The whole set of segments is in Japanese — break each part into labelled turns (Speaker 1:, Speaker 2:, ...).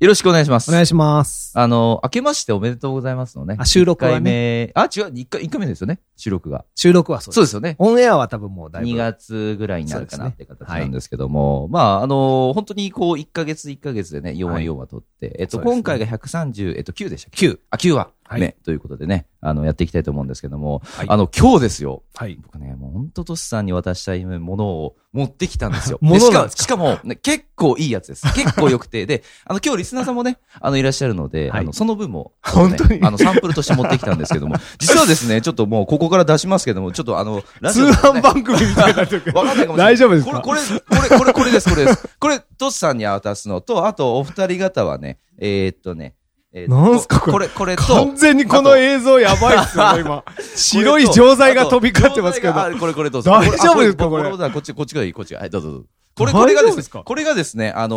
Speaker 1: よろしくお願いします。
Speaker 2: お願いします。
Speaker 1: あの、明けましておめでとうございますのね。
Speaker 2: あ収録は
Speaker 1: 1回目、あ、違う、1回一回目ですよね。収録が。
Speaker 2: 収録はそうです。
Speaker 1: そうですよね。
Speaker 2: オンエアは多分もうだいぶ。
Speaker 1: 2月ぐらいになるかな
Speaker 2: そう
Speaker 1: っ
Speaker 2: です
Speaker 1: て
Speaker 2: ね
Speaker 1: 形なんですけども、まあ、あの、本当にこう、1ヶ月1ヶ月でね、4話4話撮って、えっと、
Speaker 2: そうですね
Speaker 1: 今回が130、えっと、9でしたっけ
Speaker 2: 9。
Speaker 1: あ、9話
Speaker 2: はい
Speaker 1: ね、ということでね、あの、やっていきたいと思うんですけども、
Speaker 2: はい
Speaker 1: あの、今日ですよ。
Speaker 2: はい。。
Speaker 1: 僕ね、もう本当トシさんに渡したいものを持ってきたんですよ
Speaker 2: 物
Speaker 1: でし
Speaker 2: なん
Speaker 1: か
Speaker 2: ですか
Speaker 1: しかも、ね、結構いいやつ です。結構良くて。で、あの、今日リスナーさんもね、あの、いらっしゃるので、
Speaker 2: はい
Speaker 1: あの、その分 も、
Speaker 2: 本当
Speaker 1: あ
Speaker 2: に
Speaker 1: のねあの、サンプルとして持ってきたんですけ ども、実はですね、ちょっともうここから出しますけども、ちょっとあの、ラ
Speaker 2: 通
Speaker 1: のね
Speaker 2: 販番組みたいに なってるけど
Speaker 1: わかんないかもしれない。
Speaker 2: 大丈夫ですか
Speaker 1: これ、これ、これ、これ、これです、これです。これ、トシさんに渡すのと、あと、お二人方はね、えーっとね、えーっと
Speaker 2: なんすかこれ
Speaker 1: これ、これと、
Speaker 2: 完全にこの映像やばいっすよね、今。白い錠剤が飛び交ってますけど。
Speaker 1: あこれこれどうぞ。
Speaker 2: 大丈夫ですかこれ
Speaker 1: あだこっち、こっちがいい、こっちが。はい、どうぞどうぞ。これ、
Speaker 2: 大丈
Speaker 1: こ
Speaker 2: 夫
Speaker 1: れがです
Speaker 2: で
Speaker 1: ね
Speaker 2: すか、
Speaker 1: これがですね、あの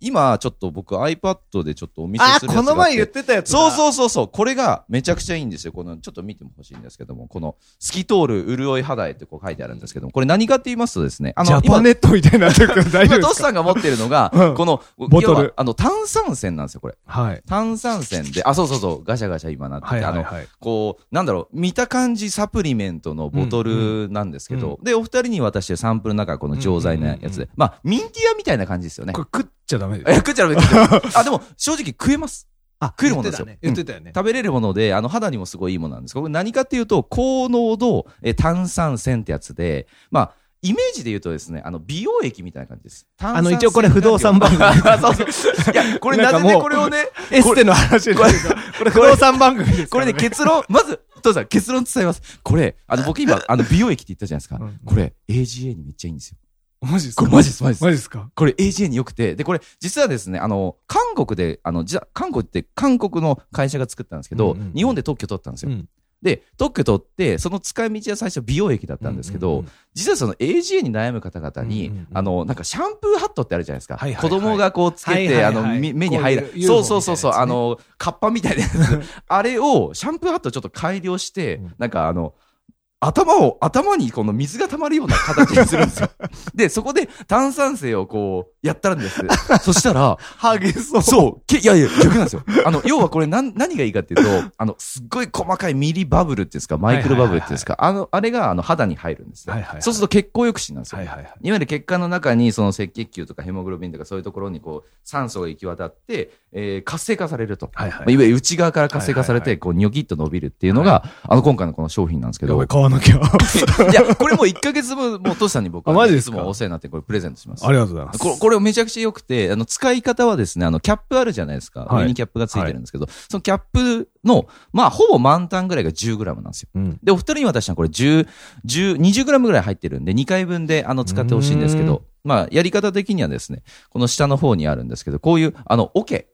Speaker 1: ー今、ちょっと僕 iPad でちょっとお見せ
Speaker 2: あ
Speaker 1: するやつがあって
Speaker 2: この前言ってたやつだ。
Speaker 1: そう
Speaker 2: う。
Speaker 1: そうそうそう。これがめちゃくちゃいいんですよ。この、ちょっと見ても欲しいんですけども、この、透き通る潤い肌へってこう書いてあるんですけども、これ何かって言いますとですね、あ
Speaker 2: ジ
Speaker 1: の、
Speaker 2: ャ
Speaker 1: 今
Speaker 2: パ、ネットみたいになってるけど大
Speaker 1: 今、
Speaker 2: 丈夫で
Speaker 1: ト
Speaker 2: す
Speaker 1: ス
Speaker 2: か
Speaker 1: さんが持ってるのが、
Speaker 2: うん
Speaker 1: この、
Speaker 2: ボトル
Speaker 1: 要はあの、炭酸泉なんですよ、これ。
Speaker 2: はい。
Speaker 1: 炭酸泉で、あ、そうそうそう、ガシャガシャ今なってて、
Speaker 2: はい
Speaker 1: あ
Speaker 2: はい
Speaker 1: の、
Speaker 2: はい。
Speaker 1: こう、なんだろう、見た感じサプリメントのボトルなんですけど、
Speaker 2: うんう
Speaker 1: で、お二人に渡してるサンプルの中はこの錠剤のやつで、
Speaker 2: うんうんうん
Speaker 1: まあ、ミンティアみたいな感じですよね
Speaker 2: こ。れ食っちゃダメで
Speaker 1: え、
Speaker 2: す。
Speaker 1: 食っちゃダメです けどあ、でも、正直食えます。
Speaker 2: あ
Speaker 1: 食えるものですよ
Speaker 2: 言ってたね言ってたよね。
Speaker 1: 食べれるもので、あの、肌にもすごいいいものなんです。これ何かっていうと、高濃度え炭酸泉ってやつで、まあ、イメージで言うとですね、あの、美容液みたいな感じです。
Speaker 2: あの一応これ不動産番組
Speaker 1: 炭酸泉っていう そうそう。いや、これなぜ
Speaker 2: なんか
Speaker 1: ね、
Speaker 2: もう
Speaker 1: これをね、
Speaker 2: エステの話ですけどこれ不動産番組です
Speaker 1: こ
Speaker 2: から
Speaker 1: れね、結論、まず、父さん、結論伝えます。これ、あの、僕今、あの、美容液って言ったじゃないですか。
Speaker 2: うん
Speaker 1: これ、AGA にめっちゃいいんですよ。
Speaker 2: マジです
Speaker 1: こ
Speaker 2: か
Speaker 1: れ、マジです、マジです。
Speaker 2: マジですか
Speaker 1: これ AGA に良くて、で、これ、実はですね、あの、韓国で、あの、じゃ、韓国って、韓国の会社が作ったんですけど、
Speaker 2: うんうんうん
Speaker 1: 日本で特許取ったんですよ。
Speaker 2: うん
Speaker 1: で、特許取って、その使い道は最初美容液だったんですけど、
Speaker 2: うううん
Speaker 1: 実はその AGA に悩む方々に、
Speaker 2: うんうんうん
Speaker 1: あの、なんかシャンプーハットってあるじゃないですか。
Speaker 2: はいはいはい
Speaker 1: 子供がこうつけて、
Speaker 2: はいはいはい
Speaker 1: あの、み目に入
Speaker 2: こ
Speaker 1: る
Speaker 2: う。いう
Speaker 1: そうそうそうそう、
Speaker 2: UFO みたいなやつね
Speaker 1: あの、カッパみたいな やつ。あれを、シャンプーハットちょっと改良して、
Speaker 2: うん
Speaker 1: なんかあの、頭を、頭にこの水が溜まるような形にするん ですよ。で、そこで炭酸性をこう、やったん です。そしたら、
Speaker 2: 激しそう。
Speaker 1: そう。けいやいや、逆なんですよ。あの、 要はこれなん、何がいいかっていうと、あの、すっごい細かいミリバブルっていうんですか、マイクロバブルっていうんですか、あの、あれが、あの、肌に入るんですよ。
Speaker 2: はいはいはい
Speaker 1: そうすると血行抑止なんですよ。
Speaker 2: はいいはいはい。
Speaker 1: わゆる血管の中に、その赤血球とかヘモグロビンとかそういうところにこう、酸素が行き渡って、えー活性化されると。
Speaker 2: はいはい
Speaker 1: まあいわゆる内側から活性化され
Speaker 2: はいはいは
Speaker 1: て、こう、ニョキッと伸びるっていうのが、あの、今回のこの商品なんですけ
Speaker 2: やば
Speaker 1: ど
Speaker 2: い、。買わな きゃ。
Speaker 1: いや、これもう1ヶ月分、もう、トシさんに僕は、
Speaker 2: あマジ
Speaker 1: い
Speaker 2: で
Speaker 1: つ
Speaker 2: すか
Speaker 1: もお世話になって、これプレゼントします
Speaker 2: あ。りがとうございます。
Speaker 1: ここれめちゃくちゃ良くて、あの、使い方はですね、あの、キャップあるじゃないですか。
Speaker 2: はい
Speaker 1: 上にキャップがついてるんですけど、そのキャップの、まあ、ほぼ満タンぐらいが 10g なんですよ。
Speaker 2: うん
Speaker 1: で、お二人に渡したのはこれ10、10、20g ぐらい入ってるんで、2回分で、あの、使ってほしいんですけ
Speaker 2: う
Speaker 1: ど、まあ、やり方的にはですね、この下の方にあるんですけど、こういう、あの、桶、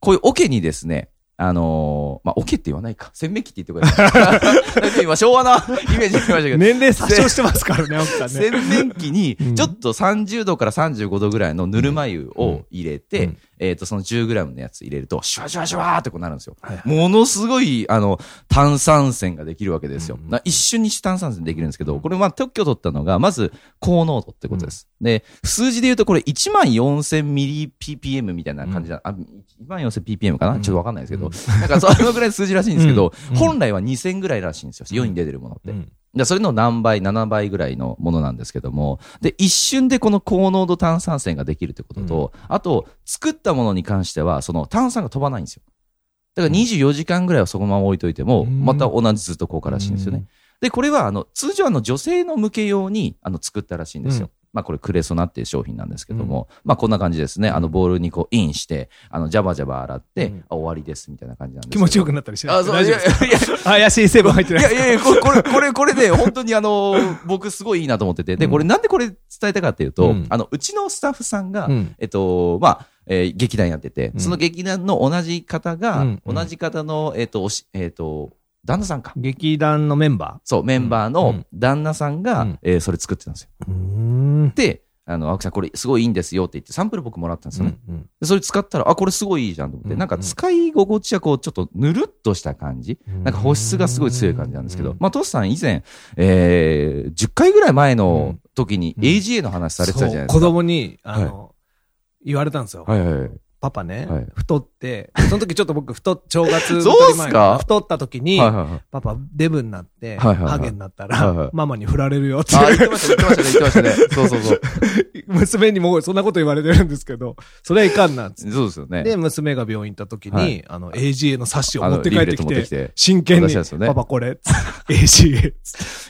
Speaker 1: こういう桶にですね、あのーまあ、桶って言わないか。洗面器って言ってください。 なんか今、昭和なイメージになりましたけど、
Speaker 2: 年齢詐称してますからね、奥 さんね。
Speaker 1: 洗面器に
Speaker 2: うん
Speaker 1: ちょっと30度から35度ぐらいのぬるま湯を入れて、
Speaker 2: うん
Speaker 1: えっ、と、その10グラムのやつ入れると、シュワシュワシュワーってこうなるんですよ。
Speaker 2: はいは
Speaker 1: ものすごい、あの、炭酸泉ができるわけですよ。
Speaker 2: うんうん
Speaker 1: な一瞬にして炭酸泉できるんですけど、これまあ特許取ったのが、まず高濃度ってことです。で、数字で言うとこれ1万4000ミリ ppm みたいな感じだ。あ、1万 4000ppm かな、
Speaker 2: うん
Speaker 1: ちょっとわかんないですけど、なんかそのぐらいの数字らしいんですけど、
Speaker 2: うん
Speaker 1: 本来は2000ぐらいらしいんですよ。世に出てるものって。
Speaker 2: うん
Speaker 1: で、それの何倍、7倍ぐらいのものなんですけども、で、一瞬でこの高濃度炭酸泉ができるってことと、あと、作ったものに関しては、その炭酸が飛ばないんですよ。だから24時間ぐらいはそのまま置いといても、
Speaker 2: うん
Speaker 1: また同じずっと効果らしいんですよね。で、これは、あの、通常あの、女性の向け用に、あの、作ったらしいんですよ。
Speaker 2: う
Speaker 1: まあ、これ、クレソナっていう商品なんですけども、まあ、こんな感じですね。あの、ボールにこう、インして、あの、ジャバジャバ洗って、
Speaker 2: うん
Speaker 1: あ終わりです、みたいな感じなんですけ
Speaker 2: 気
Speaker 1: ど
Speaker 2: 持ちよくなったりしない
Speaker 1: あ、そう、
Speaker 2: 大
Speaker 1: い
Speaker 2: 丈夫
Speaker 1: や
Speaker 2: で
Speaker 1: いや
Speaker 2: す
Speaker 1: いや、
Speaker 2: か怪しい成分入って
Speaker 1: い
Speaker 2: ない
Speaker 1: やいやいや、これ、これ、これ、これね、本当にあのー、僕すごいいいなと思ってて。で、
Speaker 2: うん
Speaker 1: これなんでこれ伝えたかっていうと、
Speaker 2: うん
Speaker 1: あの、うちのスタッフさんが、
Speaker 2: うん
Speaker 1: えっと、まあ、えー劇団やってて
Speaker 2: う、ん
Speaker 1: その劇団の同じ方が、
Speaker 2: うん
Speaker 1: 同じ方の、えっと、おし、えっと、旦那さんか。
Speaker 2: 劇団のメンバ
Speaker 1: そう、メンバー
Speaker 2: う
Speaker 1: の
Speaker 2: ん
Speaker 1: 旦那さんが、
Speaker 2: うん
Speaker 1: えーそれ作ってたんですよ。
Speaker 2: ー。うん。
Speaker 1: で、あの、青木さん、これすごいいいんですよって言って、サンプル僕もらったんですよね。でそれ使ったら、あ、これすごいいいじゃんと思って、
Speaker 2: うん
Speaker 1: なんか使い心地はこう、ちょっとぬるっとした感じ。なんか保湿がすごい強い感じなんですけど、まあ、トスさん以前、えー、10回ぐらい前の時に
Speaker 2: うん
Speaker 1: AGA の話されてたじゃないです
Speaker 2: そ
Speaker 1: か。
Speaker 2: う子供に、あの、言われたんですよ。
Speaker 1: はいはいはい。
Speaker 2: パパね、
Speaker 1: はい
Speaker 2: 太って、その時ちょっと僕、太っ、正月の 時
Speaker 1: そうっすか
Speaker 2: 前に太った時に、
Speaker 1: はいはいはい。
Speaker 2: パパ、デブになって、
Speaker 1: はいはいはい
Speaker 2: ハゲになったら、
Speaker 1: はいはい
Speaker 2: ママに振られるよって
Speaker 1: あ、言ってました、言ってましたね、言ってましたね。そうそうそう。
Speaker 2: 娘にもそんなこと言われてるんですけど、それはいかんなっつって。
Speaker 1: そうですよね。
Speaker 2: で、娘が病院行った時に、
Speaker 1: はい
Speaker 2: あの、AGA の冊子を
Speaker 1: あの
Speaker 2: 持って帰ってき
Speaker 1: リーフレット持って
Speaker 2: て、
Speaker 1: きて
Speaker 2: 真剣
Speaker 1: 私
Speaker 2: に、
Speaker 1: ですよね
Speaker 2: パパこれ、つって AGA。
Speaker 1: い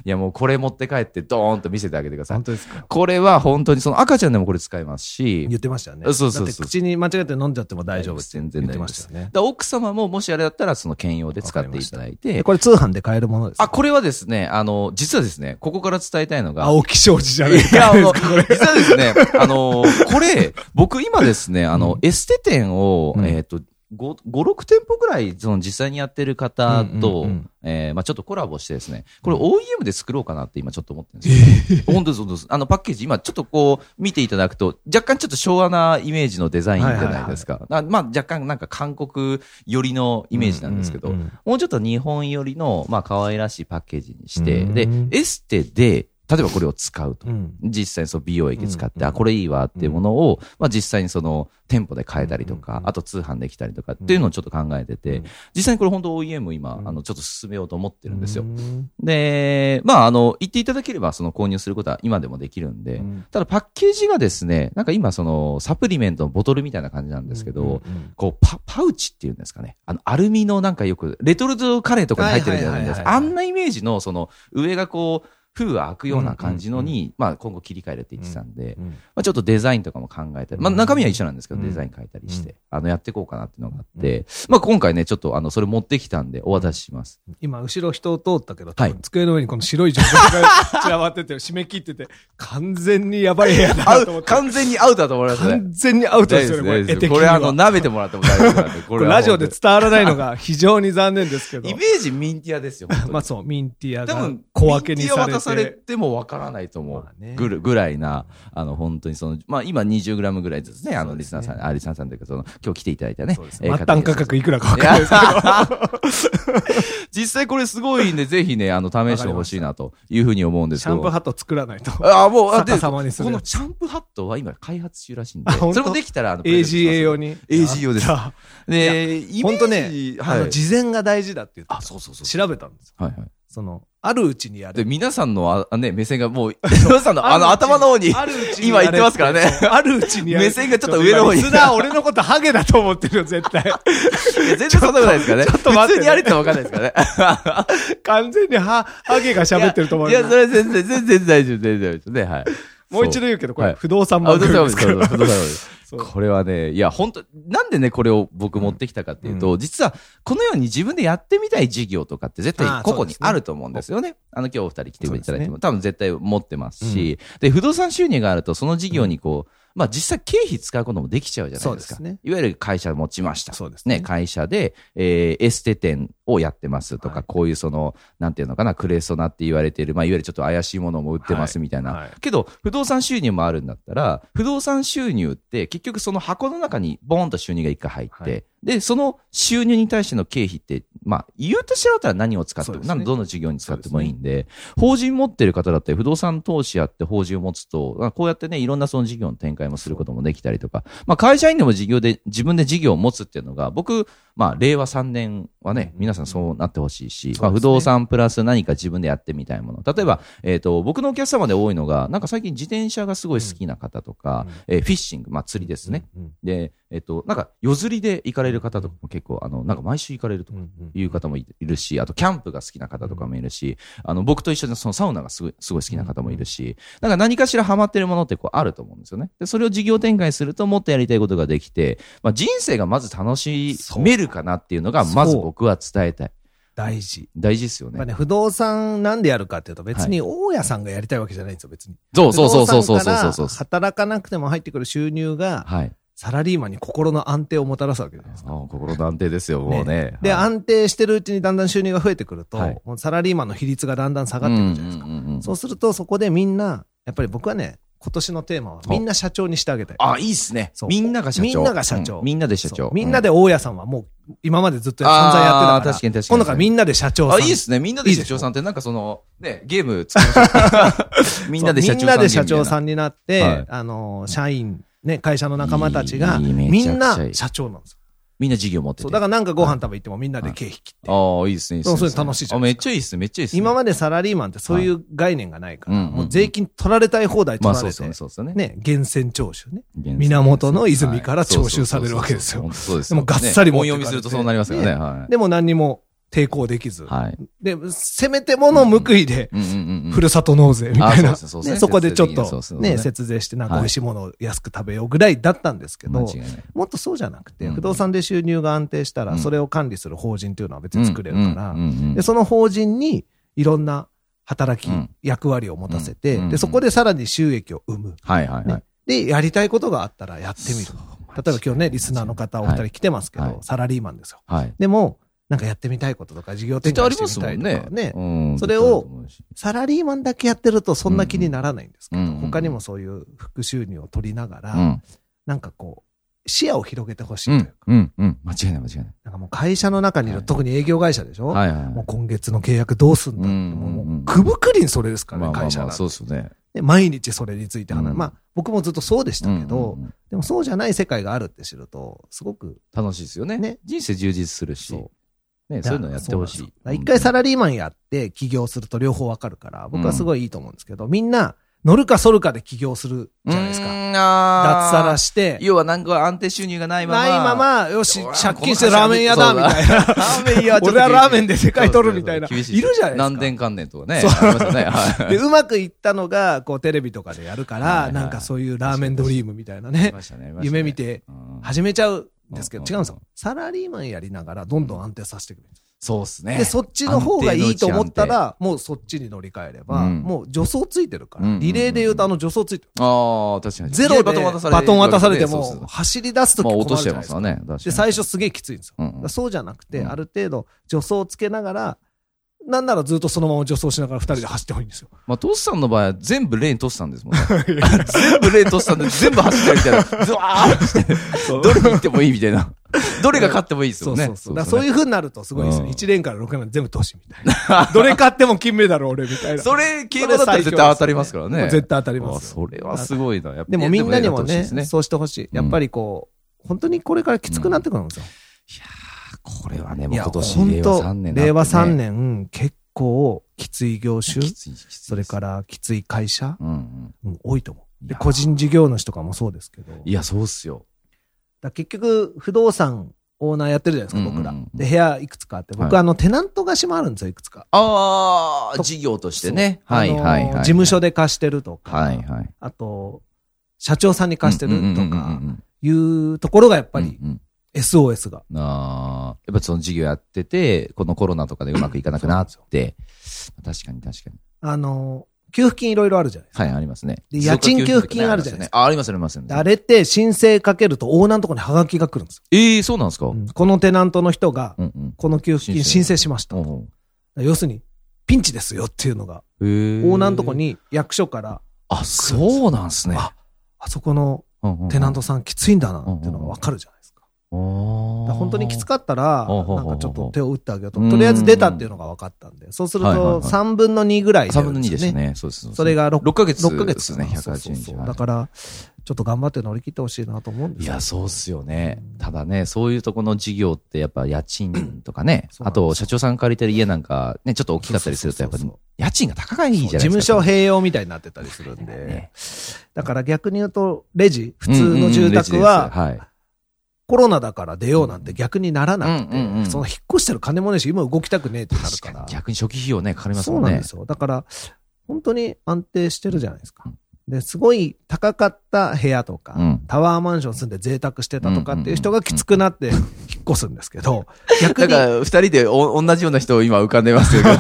Speaker 1: やもうこれ持って帰ってドーンと見せてあげてください。
Speaker 2: 当ですか
Speaker 1: これは本当にその赤ちゃんでもこれ使えますし、
Speaker 2: 言ってましたよね。
Speaker 1: そうそうそう
Speaker 2: だって口に間違って飲んじゃっても大丈夫って
Speaker 1: 全然
Speaker 2: 言っ
Speaker 1: 大
Speaker 2: て
Speaker 1: 丈夫
Speaker 2: ま
Speaker 1: で
Speaker 2: し
Speaker 1: す。
Speaker 2: たよね。
Speaker 1: だから奥様ももしあれだったらその兼用で使っていただいて
Speaker 2: で、これ通販で買えるものですか。
Speaker 1: あ、これはですね、あの、実はですね、ここから伝えたいのが、
Speaker 2: 青木商事じゃないです
Speaker 1: いや、
Speaker 2: か。
Speaker 1: あの、実はですね、あの、これ、僕今ですね、あの、エステ店を、
Speaker 2: うん
Speaker 1: えっ、と、5、6店舗ぐらい、その実際にやってる方と、
Speaker 2: うんうんうん
Speaker 1: えーまあちょっとコラボしてですね、これ OEM で作ろうかなって今ちょっと思ってるんですよ。本当です、本当です。あの、パッケージ、今ちょっとこう、見ていただくと、若干ちょっと昭和なイメージのデザインじゃないですか。なまあ若干なんか韓国寄りのイメージなんですけど、
Speaker 2: うんうんうん
Speaker 1: もうちょっと日本寄りの、まあ可愛らしいパッケージにして、
Speaker 2: うん
Speaker 1: で、エステで、例えばこれを使うと。
Speaker 2: うん
Speaker 1: 実際にそう美容液使って、
Speaker 2: うん
Speaker 1: あ、これいいわっていうものを、まあ実際にその店舗で買えたりとか、
Speaker 2: うん
Speaker 1: あと通販できたりとかっていうのをちょっと考えてて、
Speaker 2: うん
Speaker 1: 実際にこれ本当 OEM 今、
Speaker 2: うん
Speaker 1: あの、ちょっと進めようと思ってるんですよ。
Speaker 2: うん
Speaker 1: で、まああの、言っていただければその購入することは今でもできるんで、ただパッケージがですね、なんか今そのサプリメントのボトルみたいな感じなんですけど、
Speaker 2: うん
Speaker 1: こうパパウチっていうんですかね、あのアルミのなんかよく、レトルトカレーとかに入ってるじゃないですか、
Speaker 2: は
Speaker 1: あ
Speaker 2: いはいはいはい
Speaker 1: んなイメージの、その上がこう、封が開くような感じのに、まあ今後切り替えるって言ってたんで、
Speaker 2: うん
Speaker 1: まあちょっとデザインとかも考えたり、まあ
Speaker 2: うん
Speaker 1: 中身は一緒なんですけど、
Speaker 2: うん
Speaker 1: デザイン変えたりし
Speaker 2: う
Speaker 1: て、あのやっていこうかなっていうのがあって、まあ今回ね、ちょっとあのそれ持ってきたんでお渡しします。
Speaker 2: 今、後ろ人を通ったけど、
Speaker 1: はい
Speaker 2: 机の上にこの白い女性 が散らばってて、締め切ってて、完全にやばい部屋だなと思って。
Speaker 1: 完全にアウトだと思いますね。
Speaker 2: 完全にアウトですよね、こ
Speaker 1: 大
Speaker 2: れ。絵
Speaker 1: 丈夫
Speaker 2: 的
Speaker 1: です
Speaker 2: に
Speaker 1: これあ
Speaker 2: は。
Speaker 1: の、
Speaker 2: こ
Speaker 1: 舐めてもらっても大丈夫なんで、こ
Speaker 2: れ
Speaker 1: は
Speaker 2: ラジオで伝わらない のが非常に残念ですけど
Speaker 1: イ。メージミンティアですよ、本当に
Speaker 2: まあそう、ミンティア
Speaker 1: 多
Speaker 2: が
Speaker 1: 分
Speaker 2: 小分けにさ
Speaker 1: ミンティア渡さ
Speaker 2: れ
Speaker 1: れ
Speaker 2: て。
Speaker 1: てもわからないと思う、
Speaker 2: まあね
Speaker 1: ぐるぐらいな、あの本当にその、まあ、今20グラムぐらいですね、あの
Speaker 2: そ
Speaker 1: リ
Speaker 2: うで
Speaker 1: ス
Speaker 2: す
Speaker 1: ナ
Speaker 2: ね
Speaker 1: ーさん、あリスナーさんというか、その今日来ていただいたね、
Speaker 2: そうです
Speaker 1: え
Speaker 2: 末
Speaker 1: ー
Speaker 2: 端価格いくらか
Speaker 1: い
Speaker 2: 分かんないですけど。
Speaker 1: や 実際これすごいんで、ぜひね、あの試してほしいなというふうに思うんです
Speaker 2: シ
Speaker 1: け
Speaker 2: ャ
Speaker 1: ど。
Speaker 2: ンプーハット作らないと。
Speaker 1: ああ、もう、あで
Speaker 2: 逆さまにする
Speaker 1: このシャンプーハットは今開発中らしいんで、
Speaker 2: あ本
Speaker 1: そ
Speaker 2: 当
Speaker 1: れもできたら、あの、プレゼントします
Speaker 2: AGA 用に。
Speaker 1: AGA 用です
Speaker 2: やった
Speaker 1: で、イメージ
Speaker 2: 本当ね、
Speaker 1: はい
Speaker 2: あの、事前が大事だって言って
Speaker 1: あ、
Speaker 2: た
Speaker 1: そうそうそう。
Speaker 2: 調べたんですよ。
Speaker 1: はいはい。
Speaker 2: その、あるうちにや
Speaker 1: で、
Speaker 2: る。
Speaker 1: 皆さんの、あね、目線がもう、 皆さんの、あの、頭の方に、
Speaker 2: あるうちに
Speaker 1: 今言ってますからね
Speaker 2: やれそうあるうちにやる。
Speaker 1: 目線がちょっと上の方に
Speaker 2: ちょっと今リスナー俺のことハゲだと思ってるよ、絶 対。
Speaker 1: い や全然そんなことないですからね。
Speaker 2: ちょっと待って
Speaker 1: 普通にやれってわかんないですからね。
Speaker 2: 完全にハ、ハゲが喋ってると思う
Speaker 1: い。や、それは全然、全然大丈夫、全然大丈夫ですね。はい。
Speaker 2: もう一度言うけど、こ
Speaker 1: は
Speaker 2: れ
Speaker 1: い
Speaker 2: 不動産
Speaker 1: あ、
Speaker 2: 番
Speaker 1: どう
Speaker 2: 組
Speaker 1: ぞど
Speaker 2: で
Speaker 1: う
Speaker 2: す
Speaker 1: ぞ
Speaker 2: か
Speaker 1: どう
Speaker 2: ら。
Speaker 1: ぞど うぞ
Speaker 2: そう
Speaker 1: これはね、いや、本当なんでね、これを僕持ってきたかっていうと、実は、このように自分でやってみたい事業とかって絶対
Speaker 2: あー
Speaker 1: 個
Speaker 2: そ
Speaker 1: 々
Speaker 2: うで
Speaker 1: に
Speaker 2: すね
Speaker 1: あると思うんですよね。あの、今日お二人来ていた
Speaker 2: そ
Speaker 1: だ
Speaker 2: う
Speaker 1: い
Speaker 2: で
Speaker 1: て
Speaker 2: す
Speaker 1: も、多分絶対持ってますし、で、不動産収入があると、その事業にこう、まあ実際経費使うこともできちゃうじゃないですか。
Speaker 2: そうですね
Speaker 1: いわゆる会社持ちました。
Speaker 2: そうです
Speaker 1: ね、
Speaker 2: ね
Speaker 1: 会社で、えーエステ店をやってますとか、
Speaker 2: はい
Speaker 1: こういうその、なんていうのかな、クレソナって言われている、まあ、いわゆるちょっと怪しいものも売ってますみたいな。
Speaker 2: はいはい
Speaker 1: けど、不動産収入もあるんだったら、不動産収入って結局その箱の中にボーンと収入が一回入って、
Speaker 2: はい
Speaker 1: で、その収入に対しての経費って、まあ、言うとしたらったら何を使って
Speaker 2: そう
Speaker 1: も、
Speaker 2: ですね
Speaker 1: なんどの事業に使ってもいいんで、法人持ってる方だって不動産投資やって法人を持つと、まあこうやってね、いろんなその事業の展開もすることもできたりとか、まあ会社員でも事業で、自分で事業を持つっていうのが、僕、まあ令和3年はね、皆さんそうなってほしいし、まあ不動産プラス何か自分でやってみたいもの。例えば、えっ、と、僕のお客様で多いのが、なんか最近自転車がすごい好きな方とか、えーフィッシング、まあ釣りですね。
Speaker 2: うん。
Speaker 1: で、えっ、と、なんか夜釣りで行かれる方とかも結構、あの、なんか毎週行かれると
Speaker 2: うんうん
Speaker 1: いう方もいいるし、あとキャンプが好きな方とかもいるし、あの僕と一緒にそのサウナがすごいすごい好きな方もいるし、なんか何かしらハマってるものってこうあると思うんですよね。で、それを事業展開するともっとやりたいことができて、まあ、人生がまず楽しめるかなっていうのが、
Speaker 2: そう
Speaker 1: まず僕は伝えたい。
Speaker 2: 大事。
Speaker 1: 大事ですよ
Speaker 2: やっぱ
Speaker 1: ね。
Speaker 2: ね、不動産なんでやるかっていうと別に大家さんがやりたいわけじゃないんですよ、別に。
Speaker 1: そうそうそうそうそう
Speaker 2: 不動
Speaker 1: そう
Speaker 2: 産
Speaker 1: そう
Speaker 2: から働かなくても入ってくる収入が
Speaker 1: はい。
Speaker 2: サラリーマンに心の安定をもたらすわけじゃないですか。
Speaker 1: あ心の安定ですよ、もうね。
Speaker 2: で、
Speaker 1: はい
Speaker 2: 安定してるうちにだんだん収入が増えてくると、
Speaker 1: はい
Speaker 2: もうサラリーマンの比率がだんだん下がってくるじゃないですか。
Speaker 1: うんうんうんうん
Speaker 2: そうすると、そこでみんな、やっぱり僕はね、今年のテーマは、みんな社長にしてあげたい。
Speaker 1: あ、いいっすね
Speaker 2: そ。う
Speaker 1: みんなが社長。
Speaker 2: みんなが社長
Speaker 1: うんみんなで社
Speaker 2: そう
Speaker 1: 長。
Speaker 2: みんなで大家さんはもう、今までずっと
Speaker 1: うん
Speaker 2: 散々やってたから
Speaker 1: あー、確かに確かに
Speaker 2: 今度からみんなで社長
Speaker 1: うん。
Speaker 2: さ
Speaker 1: あ、
Speaker 2: ん。
Speaker 1: いいっすね。みんなで社長さんって、なんかその、ね、ゲーム作りましょうみんなで社長さん。
Speaker 2: みんなで社長さ
Speaker 1: ん。
Speaker 2: んになって、
Speaker 1: はい
Speaker 2: あのー、社員、ね、会社の仲間たちが、
Speaker 1: いいめ
Speaker 2: み
Speaker 1: ちゃ
Speaker 2: ん
Speaker 1: くちゃいい
Speaker 2: な社長なんですよ。
Speaker 1: みんな事業持ってて。
Speaker 2: そう、だからなんかご飯食べ行ってもみんなで経費切って。
Speaker 1: ああ、いいっすね。いいっすね
Speaker 2: そうそれ楽しいじゃ
Speaker 1: あ、
Speaker 2: ん
Speaker 1: めっちゃいいっすね。めっちゃいいっすね。
Speaker 2: 今までサラリーマンってそういう概念がないから、
Speaker 1: はい
Speaker 2: もう税金取られたい放題取
Speaker 1: まあ
Speaker 2: ら
Speaker 1: そう
Speaker 2: れ
Speaker 1: そ
Speaker 2: て、
Speaker 1: うそうですよね。
Speaker 2: ね、源泉徴収ね。
Speaker 1: 現在
Speaker 2: 源の泉から徴収されるわけですよ
Speaker 1: はいそうです
Speaker 2: でもがっさり
Speaker 1: ね
Speaker 2: 持っ
Speaker 1: 音読
Speaker 2: てかれて
Speaker 1: みするとそうなりますよね。
Speaker 2: ね
Speaker 1: はい。
Speaker 2: でも何にも抵抗できず、
Speaker 1: はい。
Speaker 2: で、せめてもの報いで、
Speaker 1: うんうんうん。
Speaker 2: ふるさと納税みたいな、
Speaker 1: あそうですそうです
Speaker 2: ねそこでちょっ
Speaker 1: 節税的なそうです
Speaker 2: と
Speaker 1: よ
Speaker 2: ね
Speaker 1: ね
Speaker 2: 節税してなんか
Speaker 1: はい
Speaker 2: 美味しいものを安く食べようぐらいだったんですけど、
Speaker 1: 間違いない。
Speaker 2: もっとそうじゃなくて、
Speaker 1: うん
Speaker 2: 不動産で収入が安定した
Speaker 1: う
Speaker 2: ら、
Speaker 1: ん
Speaker 2: それを管理する法人というのは別に作れるから、
Speaker 1: うんうんうんうん
Speaker 2: でその法人にいろんな働き、
Speaker 1: うん
Speaker 2: 役割を持たせて、
Speaker 1: うんうん
Speaker 2: で、そこでさらに収益を生む。
Speaker 1: はいはいはい
Speaker 2: ね。で、やりたいことがあったらやってみる。例えば今日ね、リスナーの方お二人来てますけど、
Speaker 1: はい
Speaker 2: サラリーマンですよ。
Speaker 1: はい。
Speaker 2: でも、なんかやってみたいこととか、事業展
Speaker 1: 絶対あ
Speaker 2: 開
Speaker 1: りま
Speaker 2: し
Speaker 1: す
Speaker 2: てみ
Speaker 1: も
Speaker 2: た
Speaker 1: ん
Speaker 2: いと
Speaker 1: ね
Speaker 2: か。ね。
Speaker 1: うん
Speaker 2: それを
Speaker 1: 絶対あると思うし
Speaker 2: サラリーマンだけやってるとそんな気にならないんですけど、
Speaker 1: うんうん
Speaker 2: 他にもそういう副収入を取りながら、
Speaker 1: うん。
Speaker 2: なんかこう、視野を広げてほしいと
Speaker 1: う
Speaker 2: いうか
Speaker 1: ん、。うん。うん。間違いない間違いない。
Speaker 2: なんかもう会社の中にいる、
Speaker 1: はい
Speaker 2: 特に営業会社でしょ、
Speaker 1: はいはいはい。
Speaker 2: もう今月の契約どうすんだって、
Speaker 1: うん
Speaker 2: もう
Speaker 1: うん
Speaker 2: くぶくりんそれですからね、
Speaker 1: まあまあ
Speaker 2: 会社
Speaker 1: ま
Speaker 2: なん
Speaker 1: あ、
Speaker 2: て
Speaker 1: そうですよね。
Speaker 2: で毎日それについて話、
Speaker 1: うん
Speaker 2: まあ僕もずっとそうでしたけど、
Speaker 1: うんうんうん
Speaker 2: でもそうじゃない世界があるって知ると、すごく、
Speaker 1: 楽しいですよね。
Speaker 2: ね
Speaker 1: 人生充実するし。
Speaker 2: そ
Speaker 1: ね、そういうのやってほし
Speaker 2: そ
Speaker 1: い
Speaker 2: うなんですよだ。から一回サ
Speaker 1: ら、
Speaker 2: ラリーマンやって起業すると両方わかるから、僕はすごいいいと思うんですけど、みんな乗るか反るかで起業するじゃないですか。脱
Speaker 1: 脱
Speaker 2: サラして、
Speaker 1: 要はなんか安定収入がないまま。
Speaker 2: ないまま、よし
Speaker 1: うわ、
Speaker 2: 借金してラーメン屋だ、
Speaker 1: こ
Speaker 2: み
Speaker 1: の会
Speaker 2: たいな。
Speaker 1: ラーメン屋ちょっと厳しい
Speaker 2: 俺はラーメンで世界取るみたいな。い
Speaker 1: そう
Speaker 2: る
Speaker 1: ですね
Speaker 2: じゃないですか。
Speaker 1: 何年関年とかね。ありますよね。はい
Speaker 2: で、うまくいったのが、こう、テレビとかでやるか
Speaker 1: はいは
Speaker 2: ら、
Speaker 1: い
Speaker 2: なんかそういうラーメンドリームみたいなね、夢見、て
Speaker 1: うん
Speaker 2: 始めちゃうんですけど、
Speaker 1: うん
Speaker 2: 違うんですよ。サラリーマンやりながら、どんどん安定させていくる。
Speaker 1: そうですね。
Speaker 2: で、そっちの方がいいと思ったら、もうそっちに乗り換えれば、
Speaker 1: うん
Speaker 2: もう助走ついてるか
Speaker 1: うん
Speaker 2: ら、
Speaker 1: うん
Speaker 2: リレーで言うとあの助走ついてる。
Speaker 1: ああ、確かに。
Speaker 2: ゼロでバ
Speaker 1: バトン渡され
Speaker 2: トン渡されて
Speaker 1: そうそうそ
Speaker 2: も、
Speaker 1: う
Speaker 2: 走り出すとき
Speaker 1: まあ、
Speaker 2: 困
Speaker 1: 落
Speaker 2: るじゃ
Speaker 1: と
Speaker 2: な
Speaker 1: し
Speaker 2: い
Speaker 1: ちゃい
Speaker 2: で
Speaker 1: ますすわ。ね。
Speaker 2: か
Speaker 1: 確かに
Speaker 2: で、最初、すげえきついんですよ。
Speaker 1: うん
Speaker 2: だ
Speaker 1: う
Speaker 2: か
Speaker 1: ん
Speaker 2: らそうじゃなくて、
Speaker 1: うん
Speaker 2: ある程度助走をつけながら、なんならずっとそのまま助走しながら二人で走ってもいいんですよ。
Speaker 1: まあ、トシさんの場合は全部レーントシさんですもん ね。全部レーントシさんで全部走ってるみたいな。ズワーッ
Speaker 2: そう
Speaker 1: どれに行ってもいいみたい な。どれが勝ってもいいです
Speaker 2: そ
Speaker 1: よ
Speaker 2: う
Speaker 1: ね。
Speaker 2: そうそう。だからそういうう風になるとすごいですよ。
Speaker 1: うん
Speaker 2: 1年から6年まで全部投資みたい な。どれ買っても金メダル俺みたいな。
Speaker 1: それ、競馬だったら絶対当たりますからね。
Speaker 2: 絶対当たり
Speaker 1: あ
Speaker 2: ま
Speaker 1: あ
Speaker 2: す
Speaker 1: そ
Speaker 2: よ。
Speaker 1: れはすごいな。やっぱ
Speaker 2: でもみんなにもね、
Speaker 1: いやでもやってほしいです
Speaker 2: そうしてほしい。やっぱりこう、本当にこれからきつくなってくるんですよ。
Speaker 1: いやーこれはね、も
Speaker 2: いうや、
Speaker 1: 今
Speaker 2: 本
Speaker 1: 年令和3年
Speaker 2: 当令和3
Speaker 1: だってね。
Speaker 2: 年、結構きつい業種、
Speaker 1: きつい、きつい。。
Speaker 2: それかららきつい会社、
Speaker 1: うんうん。
Speaker 2: うん多いと思う。
Speaker 1: い
Speaker 2: で、
Speaker 1: や
Speaker 2: 個人事業主とかもそうですけど。
Speaker 1: いや、そうっすよ。
Speaker 2: だから結局、不動産オーナーやってるじゃないですか、僕ら。
Speaker 1: うんうんうん
Speaker 2: で、部屋いくつかあって、僕、
Speaker 1: はい
Speaker 2: あの、テナント貸しもあるんですよ、いくつか。
Speaker 1: ああ、事業としてね。
Speaker 2: あの
Speaker 1: はいはいはい。
Speaker 2: 事務。所で貸してるとか、
Speaker 1: はいはい。
Speaker 2: あと、社長さんに貸してるとか
Speaker 1: うんうんうんうんうん、やっ
Speaker 2: いうところがやっぱり
Speaker 1: うんうん
Speaker 2: SOS が。
Speaker 1: ああ、やっぱその事業やってて、このコロナとかでうまくいかなくなって、確かに確かに。
Speaker 2: あの、給付金いろいろあるじゃないですか。
Speaker 1: はい、ありますね。
Speaker 2: で家賃給付金あるじゃないです
Speaker 1: か。あ、ありますあります。あり
Speaker 2: で
Speaker 1: ます
Speaker 2: あれって申請かけるとオーナーのところにハガキが来るんですよ。
Speaker 1: ええ、そうなんですかう
Speaker 2: うんんこのテナントの人が
Speaker 1: う、ん。
Speaker 2: この給付金申
Speaker 1: 申
Speaker 2: 請しました
Speaker 1: う。ん
Speaker 2: 要するに、ピンチですよっていうのが、
Speaker 1: うん
Speaker 2: オーナーのとこ。に役所から、
Speaker 1: へーあ、そうなんですね。
Speaker 2: あ、あそこの
Speaker 1: うんうん
Speaker 2: テナントさんきついんだなっていうのがわかるじゃないですか。だから本
Speaker 1: 本
Speaker 2: 当にきつかったら、
Speaker 1: ほうほう
Speaker 2: な
Speaker 1: ほうんほう
Speaker 2: かちょっと手を打ってあげようと。
Speaker 1: うん
Speaker 2: とりあえず出たっていうのが分かったんで、そうする
Speaker 1: はいはいは
Speaker 2: と
Speaker 1: い
Speaker 2: 3分の2ぐらい出
Speaker 1: 3
Speaker 2: る
Speaker 1: 分の
Speaker 2: ん
Speaker 1: 2
Speaker 2: で
Speaker 1: ですす
Speaker 2: よね。
Speaker 1: ね。そうです。
Speaker 2: それが 6,
Speaker 1: 6ヶ月。
Speaker 2: 6
Speaker 1: で
Speaker 2: 月
Speaker 1: すね、
Speaker 2: そうそうそう
Speaker 1: 180日。
Speaker 2: だから、ちょっと頑張って乗り切ってほしいなと思うんです
Speaker 1: い
Speaker 2: よ、
Speaker 1: や、そうっすよね。ただね、そういうとこの事業って、やっぱ家賃とかね
Speaker 2: そう
Speaker 1: あ
Speaker 2: なんですよ
Speaker 1: と社長さん借りてる家なんか、ね、ちょっと大きかったりすると、やっぱ
Speaker 2: そうそうそう
Speaker 1: 家賃が高いじゃないです
Speaker 2: 事
Speaker 1: か。
Speaker 2: 務所併用みたいになってたりするんで
Speaker 1: ね。
Speaker 2: だから逆に言うと、レジ、普通の住宅は、
Speaker 1: はい。
Speaker 2: コロナだから出ようなんて逆にならなくて
Speaker 1: うんうんう、ん
Speaker 2: その引っ越してる金もねえし、今動きたくねえってなる
Speaker 1: 確
Speaker 2: か。
Speaker 1: からに。逆に初期費用ね、かかります
Speaker 2: そ
Speaker 1: も
Speaker 2: うんなん
Speaker 1: ね
Speaker 2: で。すよ。だから、本当に安定してるじゃないですか
Speaker 1: うん。
Speaker 2: で、すごい高かった部屋とか、
Speaker 1: うん
Speaker 2: タワーマンション住んで贅沢してたとかっていう人がきつくなって引っ越すんですけ ど、逆
Speaker 1: だ
Speaker 2: に、
Speaker 1: か
Speaker 2: ね、
Speaker 1: ら、二人でお同じような人を今浮かん でますけど。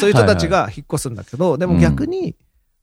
Speaker 2: そういう人たちが引っ越すんだけど、でも逆に、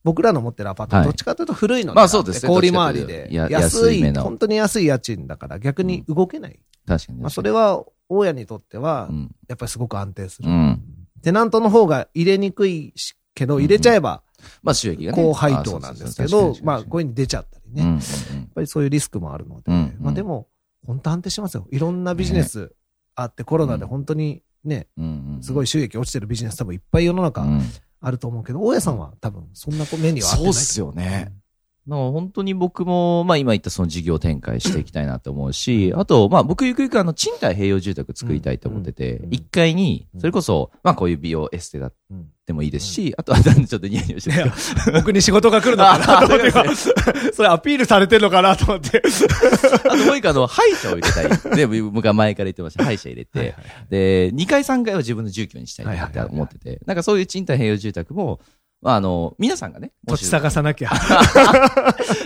Speaker 2: 僕らの持ってるアパート、
Speaker 1: はい
Speaker 2: どっちかというと古いの
Speaker 1: まあそうですね
Speaker 2: 氷回り
Speaker 1: どっ
Speaker 2: で
Speaker 1: ちかと。いうとや
Speaker 2: 安
Speaker 1: 安
Speaker 2: い
Speaker 1: めの
Speaker 2: 本当に安い家賃だから、逆に動けない。
Speaker 1: 確かに。
Speaker 2: まあ、それは、大家にとっては
Speaker 1: う、ん。
Speaker 2: やっぱりすごく安定する。
Speaker 1: うん。
Speaker 2: テナントの方が入れにくいしけど、入れちゃえば、
Speaker 1: まあ収益がね。
Speaker 2: 高配当なんですけど、まあ、こう
Speaker 1: う
Speaker 2: いうに出ちゃったりね。
Speaker 1: ね。う
Speaker 2: やっ
Speaker 1: ん
Speaker 2: ぱりそういうリスクもあるので、
Speaker 1: うん
Speaker 2: まあでも、本当安定しますよ。いろんなビジネスあって、コロナで本当にね、
Speaker 1: うんうんうん
Speaker 2: すごい収益落ちてるビジネス多分いっぱい世の中
Speaker 1: うん
Speaker 2: あると思うけど、大家さんは多分そんな目には合ってない。
Speaker 1: そうっすよね。だから本当に僕も、まあ今言ったその事業展開していきたいなと思うし、あと、まあ僕ゆくゆくあの賃貸併用住宅作りたいと思ってて
Speaker 2: うん、
Speaker 1: 一階に、それこそ、まあこういう美容エステだってもいいですし、あとは、なんでちょっとニヤニヤしてるけど
Speaker 2: 僕に仕事が来るのかなと思って今、 それアピールされてるのかなと思って。
Speaker 1: あともう一個あの、歯医者を入れたい。で、僕は前から言ってました。歯医者入れて。 で、2階3階は自分の住居にしたいなって思ってて。なんかそういう賃貸併用住宅も、まああの、皆さんがね、も
Speaker 2: 土
Speaker 1: し
Speaker 2: 地探さなきゃ。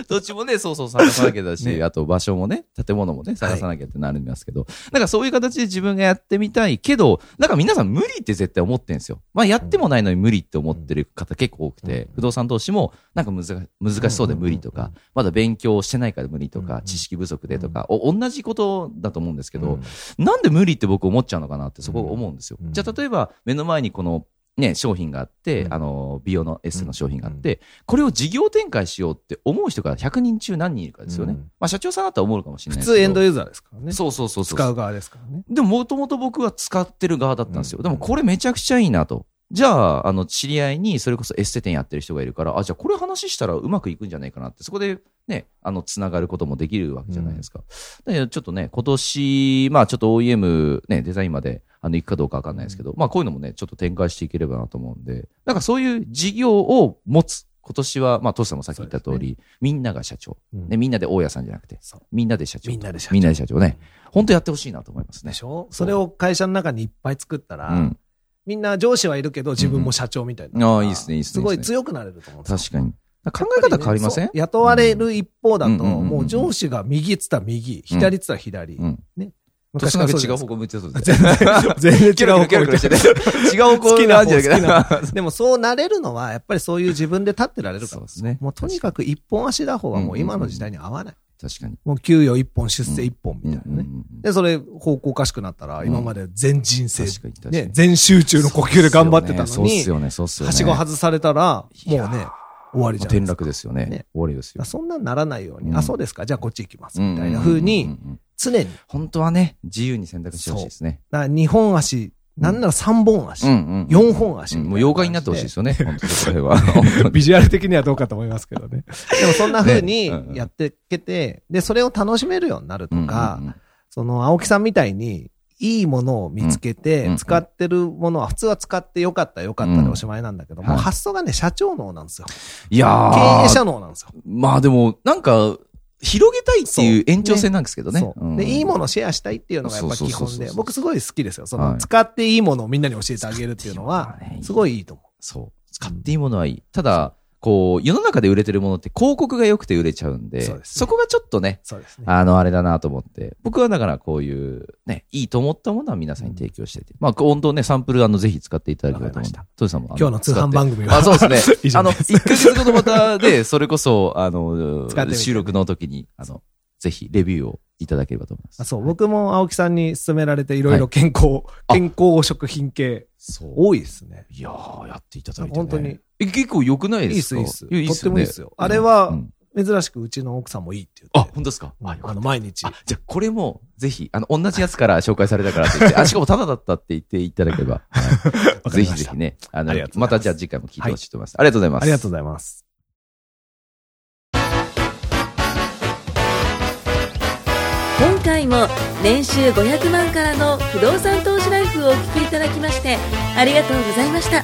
Speaker 1: どっちもね、そうそう探さなきゃだし、
Speaker 2: ね
Speaker 1: あと場所もね、建物もね、探さなきゃってなりますけど、なんかそういう形で自分がやってみたいけど、なんか皆さん無理って絶対思ってんですよ。まあやってもないのに無理って思ってる方結構多くて、
Speaker 2: うん
Speaker 1: 不動産投資もなんかむずか難しそうで無理とか、
Speaker 2: うんうんうん
Speaker 1: まだ勉強してないから無理とか、
Speaker 2: うん
Speaker 1: 知識不足でとか、お同じことだと思うんですけど、
Speaker 2: うん
Speaker 1: なんで無理って僕思っちゃうのかなってそこ思うんですよ。
Speaker 2: うん
Speaker 1: じゃあ例えば目の前にこのね、商品があって、
Speaker 2: うん
Speaker 1: あの、美容のエステの商品があって、これを事業展開しようって思う人が100人中何人いるかですよね。
Speaker 2: うん
Speaker 1: まあ社長さんだったら思うかもしれ
Speaker 2: 普
Speaker 1: ない
Speaker 2: 通エンド
Speaker 1: ユ
Speaker 2: ユーザーですからね。
Speaker 1: そうそうそうそう。
Speaker 2: 使う側ですからね。
Speaker 1: でももともと僕は使ってる側だったんですよ。
Speaker 2: うん
Speaker 1: でもこれめちゃくちゃいいなと。じゃあ、あの、知り合いにそれこそエステ店やってる人がいるから、あ、じゃあこれ話したらうまくいくんじゃないかなって、そこでね、あの、つながることもできるわけじゃないですか。だけどちょっとね、今年、まあちょっと OEM ね、デザインまで、あの、行くかどうかわかんないですけど、まあこういうのもね、ちょっと展開していければなと思うんで、なんかそういう事業を持つ。今年は、まあ、トシさんもさっき言った通
Speaker 2: そうで
Speaker 1: り、みんなが社長。
Speaker 2: うん
Speaker 1: ね、みんなで大家さんじゃなくて
Speaker 2: そう、
Speaker 1: みんなで社長。
Speaker 2: みんなで社長
Speaker 1: みんなで社長ね。本当やってほしいなと思いますね
Speaker 2: で。しょそれを会社の中にいっぱい作ったら、
Speaker 1: うん、
Speaker 2: みんな上司はいるけど、自分も社長みたい
Speaker 1: うん
Speaker 2: な。
Speaker 1: ああいいっすねいいっすね
Speaker 2: すごい強くなれると思うんですよ
Speaker 1: 確かに。考え方変わりません、
Speaker 2: そう雇われる一方だ
Speaker 1: う
Speaker 2: と、
Speaker 1: んうんうんうんうん
Speaker 2: もう上司が右っつったら右、左っつったら左。
Speaker 1: うん。なんか違う方
Speaker 2: 昔からそうじゃないですか
Speaker 1: 向向いてそうです
Speaker 2: 全
Speaker 1: ね。
Speaker 2: 然、全
Speaker 1: キ
Speaker 2: 然違
Speaker 1: ラ
Speaker 2: う
Speaker 1: キ
Speaker 2: 方
Speaker 1: ラキラキラして
Speaker 2: 向向いて
Speaker 1: ね違
Speaker 2: る。
Speaker 1: う方向
Speaker 2: 好きな
Speaker 1: なん
Speaker 2: 方
Speaker 1: じゃないかな。
Speaker 2: でもそうなれるのは、やっぱりそういう自分で立ってられるか
Speaker 1: そう
Speaker 2: ら
Speaker 1: で。すね。
Speaker 2: もうとにかく一本足打法はもう今の時代に合わない。
Speaker 1: 確かに。
Speaker 2: もう給与一本、出世一本みたい
Speaker 1: うんう
Speaker 2: なんね。
Speaker 1: んうん
Speaker 2: で、それ方向おかしくなったら、今まで全人生、
Speaker 1: 確かに確かに
Speaker 2: ね、全集中の呼吸で頑張ってたの
Speaker 1: そうっ
Speaker 2: に、
Speaker 1: すよね、そうっすよね。
Speaker 2: はしご外されたら、も
Speaker 1: い
Speaker 2: うね
Speaker 1: や、
Speaker 2: 終わりじゃない
Speaker 1: 転
Speaker 2: ですか。
Speaker 1: 落ですよね。
Speaker 2: ね
Speaker 1: 終わりですよ。
Speaker 2: そんなんならないように、
Speaker 1: うん
Speaker 2: あ、そうですか、じゃあこっち行きます、
Speaker 1: うん
Speaker 2: みたいな風
Speaker 1: うんうん
Speaker 2: に、
Speaker 1: うんうん
Speaker 2: 常に、だか
Speaker 1: 本当はね、自由に選択してほしいですね。
Speaker 2: ら2本足、なんなら3本足、
Speaker 1: うんうんうん
Speaker 2: 4本足
Speaker 1: うん
Speaker 2: みたいな感じで。
Speaker 1: もう妖怪になってほしいですよね。本当にそれは。本当に
Speaker 2: ビジュアル的にはどうかと思いますけ どね。でもそんな風
Speaker 1: ね
Speaker 2: に
Speaker 1: うんうん
Speaker 2: やっていけて、で、それを楽しめるようになるとか、
Speaker 1: うんうんうん
Speaker 2: その青木さんみたいに、いいものを見つけ
Speaker 1: うんう
Speaker 2: て
Speaker 1: ん、
Speaker 2: 使ってるものは、普通は使ってよかったよかったでおしまいなんだけど、
Speaker 1: うん
Speaker 2: もう
Speaker 1: はい
Speaker 2: 発想がね、社長脳なんですよ。
Speaker 1: いやー
Speaker 2: 経営者脳なんですよ。
Speaker 1: まあでも、なんか、広げたいっていう延長線なんですけどね。
Speaker 2: そうで、いいものをシェアしたいっていうのがやっぱ基
Speaker 1: そうそう
Speaker 2: 本
Speaker 1: そう
Speaker 2: で
Speaker 1: そう、
Speaker 2: 僕すごい好きですよ。そ
Speaker 1: は
Speaker 2: の、
Speaker 1: い
Speaker 2: 使っていいものをみんなに教えてあげるっていうのは
Speaker 1: 使っていいものはね、
Speaker 2: すごいいいと思う。
Speaker 1: そう。使っていいものはいい。ただ、こう、世の中で売れてるものって広告が良くて売れちゃうんで、
Speaker 2: そうですね
Speaker 1: こがちょっとね、
Speaker 2: そうですね。
Speaker 1: あの、あれだなと思って。僕はだからこういう、ね、いいと思ったものは皆さんに提供してて。まあ、本当ね、サンプル、あの、ぜひ使っていただければと思い
Speaker 2: わかりま
Speaker 1: ます。トシさんもあの
Speaker 2: 今日の通販番組
Speaker 1: あ、
Speaker 2: は。
Speaker 1: そうですね
Speaker 2: 。以上
Speaker 1: あの、1ヶ月後のまたで、それこそ、あの
Speaker 2: 使ってみ、て
Speaker 1: 収録の時に、あの、ぜひレビューをいただければと思いま
Speaker 2: あ
Speaker 1: す。
Speaker 2: そう、僕も青木さんに勧められていろいろ健康、
Speaker 1: あ
Speaker 2: 健康食品系
Speaker 1: そう。
Speaker 2: 多いですね。
Speaker 1: いやー、やっていただいて、ね。
Speaker 2: 本当に。
Speaker 1: え、結構良くない
Speaker 2: いい
Speaker 1: で
Speaker 2: っ
Speaker 1: す
Speaker 2: す、
Speaker 1: か
Speaker 2: いいっす。
Speaker 1: や
Speaker 2: とってもいいっす
Speaker 1: よね。
Speaker 2: よ。あれは
Speaker 1: うん、
Speaker 2: 珍しくうちの奥さんもいいって言
Speaker 1: あ、
Speaker 2: って。
Speaker 1: 本当ですかあ、よか
Speaker 2: あ
Speaker 1: った
Speaker 2: の、毎日。
Speaker 1: あ、じゃあこれも、ぜひ、あの、同じやつから紹介されたからって言 って、あ、しかもタダだったって言っていただければ、はい
Speaker 2: わか
Speaker 1: ぜ
Speaker 2: り
Speaker 1: ひ
Speaker 2: ました
Speaker 1: ぜひね、あの
Speaker 2: ありがとう、
Speaker 1: ま
Speaker 2: ございま
Speaker 1: すたじゃあ次回も聞いてほしいと思います。ありがとうございます。
Speaker 2: ありがとうございます。
Speaker 3: 今回も年収500万からの不動産投資ライフをお聞きいただきましてありがとうございました